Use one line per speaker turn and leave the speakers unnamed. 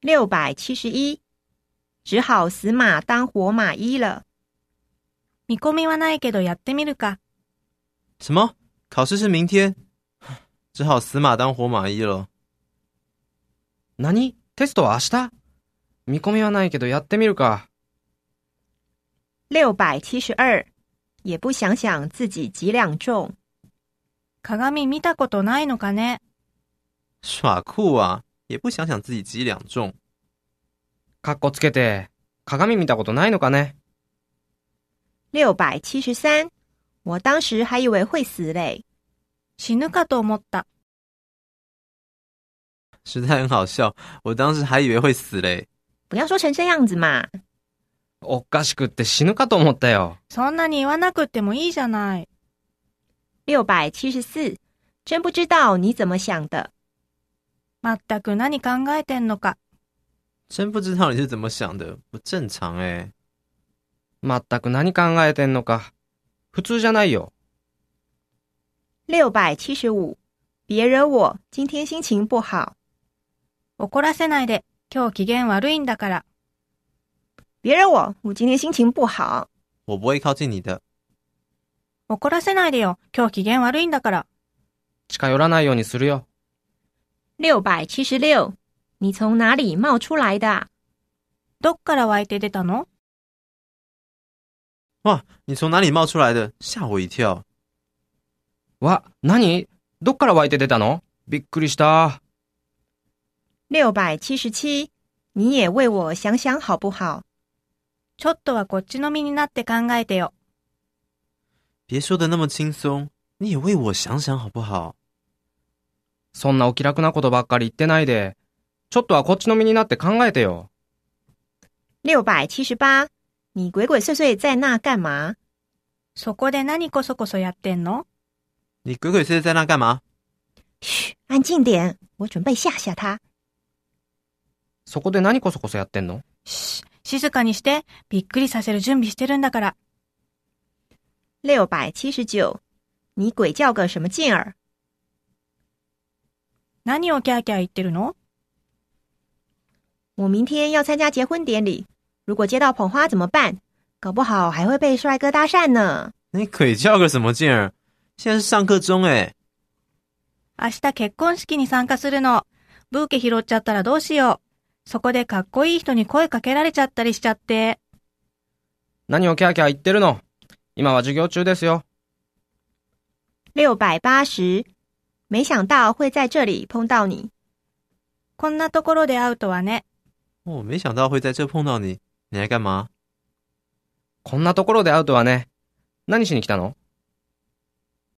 六百七十一，只好死马当活马医了。
見込みはないけどやってみるか。
什么？考试是明天，只好死马当活马医了。
何テストは明日見込みはないけどやってみるか。
六百七十二，也不想想自己几两重。
鏡見たことないのかね。
耍酷啊！也不想想自己几两重。
かっこつけて、鏡見たことないのかね。
六百七十三，我当时还以为会死嘞。
死ぬかと思った。
实在很好笑，我当时还以为会死嘞。
不要说成这样子嘛！
おかしくって死ぬかと思ったよ。
そんなに言わなくってもいいじゃない。
六百七十四，真不知道你怎么想的。
まったく何考えてんのか。
真不知道你是怎么想的，不正常哎。
まったく何考えてんのか。普通じゃないよ。
六百七十五，别惹我，今天心情不好。
怒らせないで。今日機嫌悪いんだから。
别惹我，我今天心情不好。
我不会靠近你的。
怒らせないでよ。今日機嫌悪いんだから。
近寄らないようにするよ。
六百七十六，你从哪里冒出来的啊？
どっから湧いて出たの
哇，你从哪里冒出来的？吓我一跳。
わ、何どっから湧いて出たのびっくりした。
六百七十七，你也为我想想好不好？
ちょっとはこっちの身になって考えてよ。
别说的那么轻松，你也为我想想好不好？
そんなお気楽なことばっかり言ってないで、ちょっとはこっちの身になって考えてよ。
六百七十八，你鬼鬼祟祟在那干嘛？
そこで何こそこそやってんの
你鬼鬼祟祟在那干嘛？
嘘，安静点，我准备吓吓他。
そこで何こそこそやってんの
し、静かにして。びっくりさせる準備してるんだから。
六百七十九，你鬼叫个什么劲儿？
何をキャーキャー言ってるの
我明天要参加结婚典礼，如果接到捧花怎么办？搞不好还会被帅哥搭讪呢。
你鬼叫个什么劲儿？现在是上课中哎。
明日結婚式に参加するの。ブーケ拾っちゃったらどうしよう。そこでかっこいい人に声かけられちゃったりしちゃって。
何をキャーキャー言ってるの今は授業中ですよ。
六百八十，没想到会在这里碰到你。
こんなところで会うとはね。
我、哦没想到会在这碰到你，你来干嘛？
こんなところで会うとはね。何しに来たの